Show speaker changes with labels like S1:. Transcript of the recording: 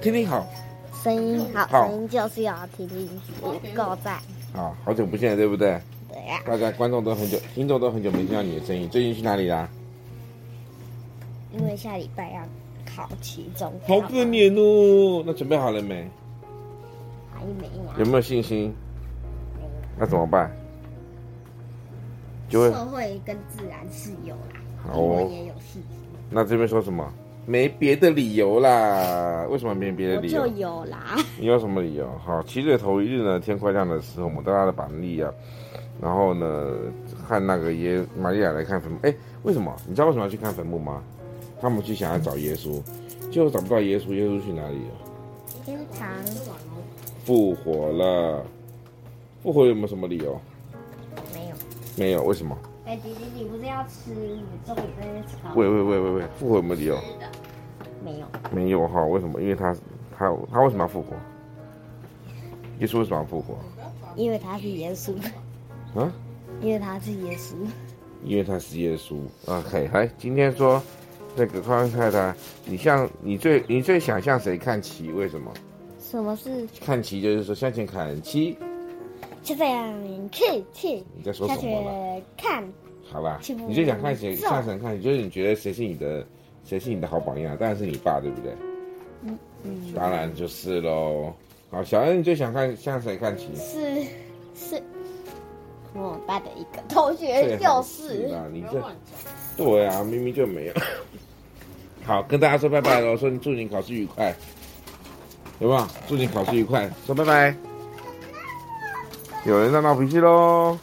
S1: 听听好，
S2: 声音好，
S1: 好
S2: 声音就是要听进去，够赞。
S1: 好啊好久不见，对不对？
S2: 对啊呀、
S1: 大家观众都很久，听众都很久没听到你的声音。最近去哪里啦？
S2: 因为下礼拜要考期中考
S1: 好可怜哦。那准备好了没？
S2: 还没啊
S1: 有没有信心？那怎么办？就会
S2: 社会跟自然是有啦，
S1: 好
S2: 英文
S1: 哦。
S2: 也有信心，
S1: 那这边说什么？没别的理由啦？为什么没别的
S2: 我
S1: 理由
S2: 就？有啦。
S1: 你有什么理由？好，七月头一日呢，天快亮的时候，我们到他的板栗啊，然后呢，看那个耶玛利亚来看坟墓。哎，为什么？你知道为什么要去看坟墓吗？他们去想要找耶稣，结果找不到耶稣，耶稣去哪里了？
S2: 天堂
S1: 复活了。复活有没有什么理由？
S2: 没有。
S1: 没有，为什么？
S2: 哎、弟弟，你不是要吃？你重点在那吵。
S1: 喂喂喂喂喂，复活有没有理由？
S2: 没有，
S1: 没有哈，为什么？因为他他他为什么要复活？耶稣为什么要复活？
S2: 因为他是耶稣，
S1: 啊？
S2: 因为他是耶稣。
S1: 因为他是耶稣。OK，来，今天说那个康太太，你像你最你最想向谁看齐？为什么？
S2: 什么是
S1: 看齐就是说向前看齐。
S2: 就这样去去？
S1: 你在说
S2: 下
S1: 什么了？
S2: 去看
S1: 好吧
S2: 去，不
S1: 你最想看谁
S2: 走
S1: 向前看？就是你觉得谁是你的谁是你的好榜样？当然是你爸，对不对？
S2: 嗯
S1: 当然就是喽。好，小恩，你最想看向谁看齐？啊
S2: 是是我们班的一个同学，
S1: 最
S2: 就
S1: 好
S2: 是
S1: 啦，你这对啊，明明就没有。 好，跟大家说拜拜喽，说祝你考试愉快，有没有？祝你考试愉快，说拜拜。有人在闹脾气喽。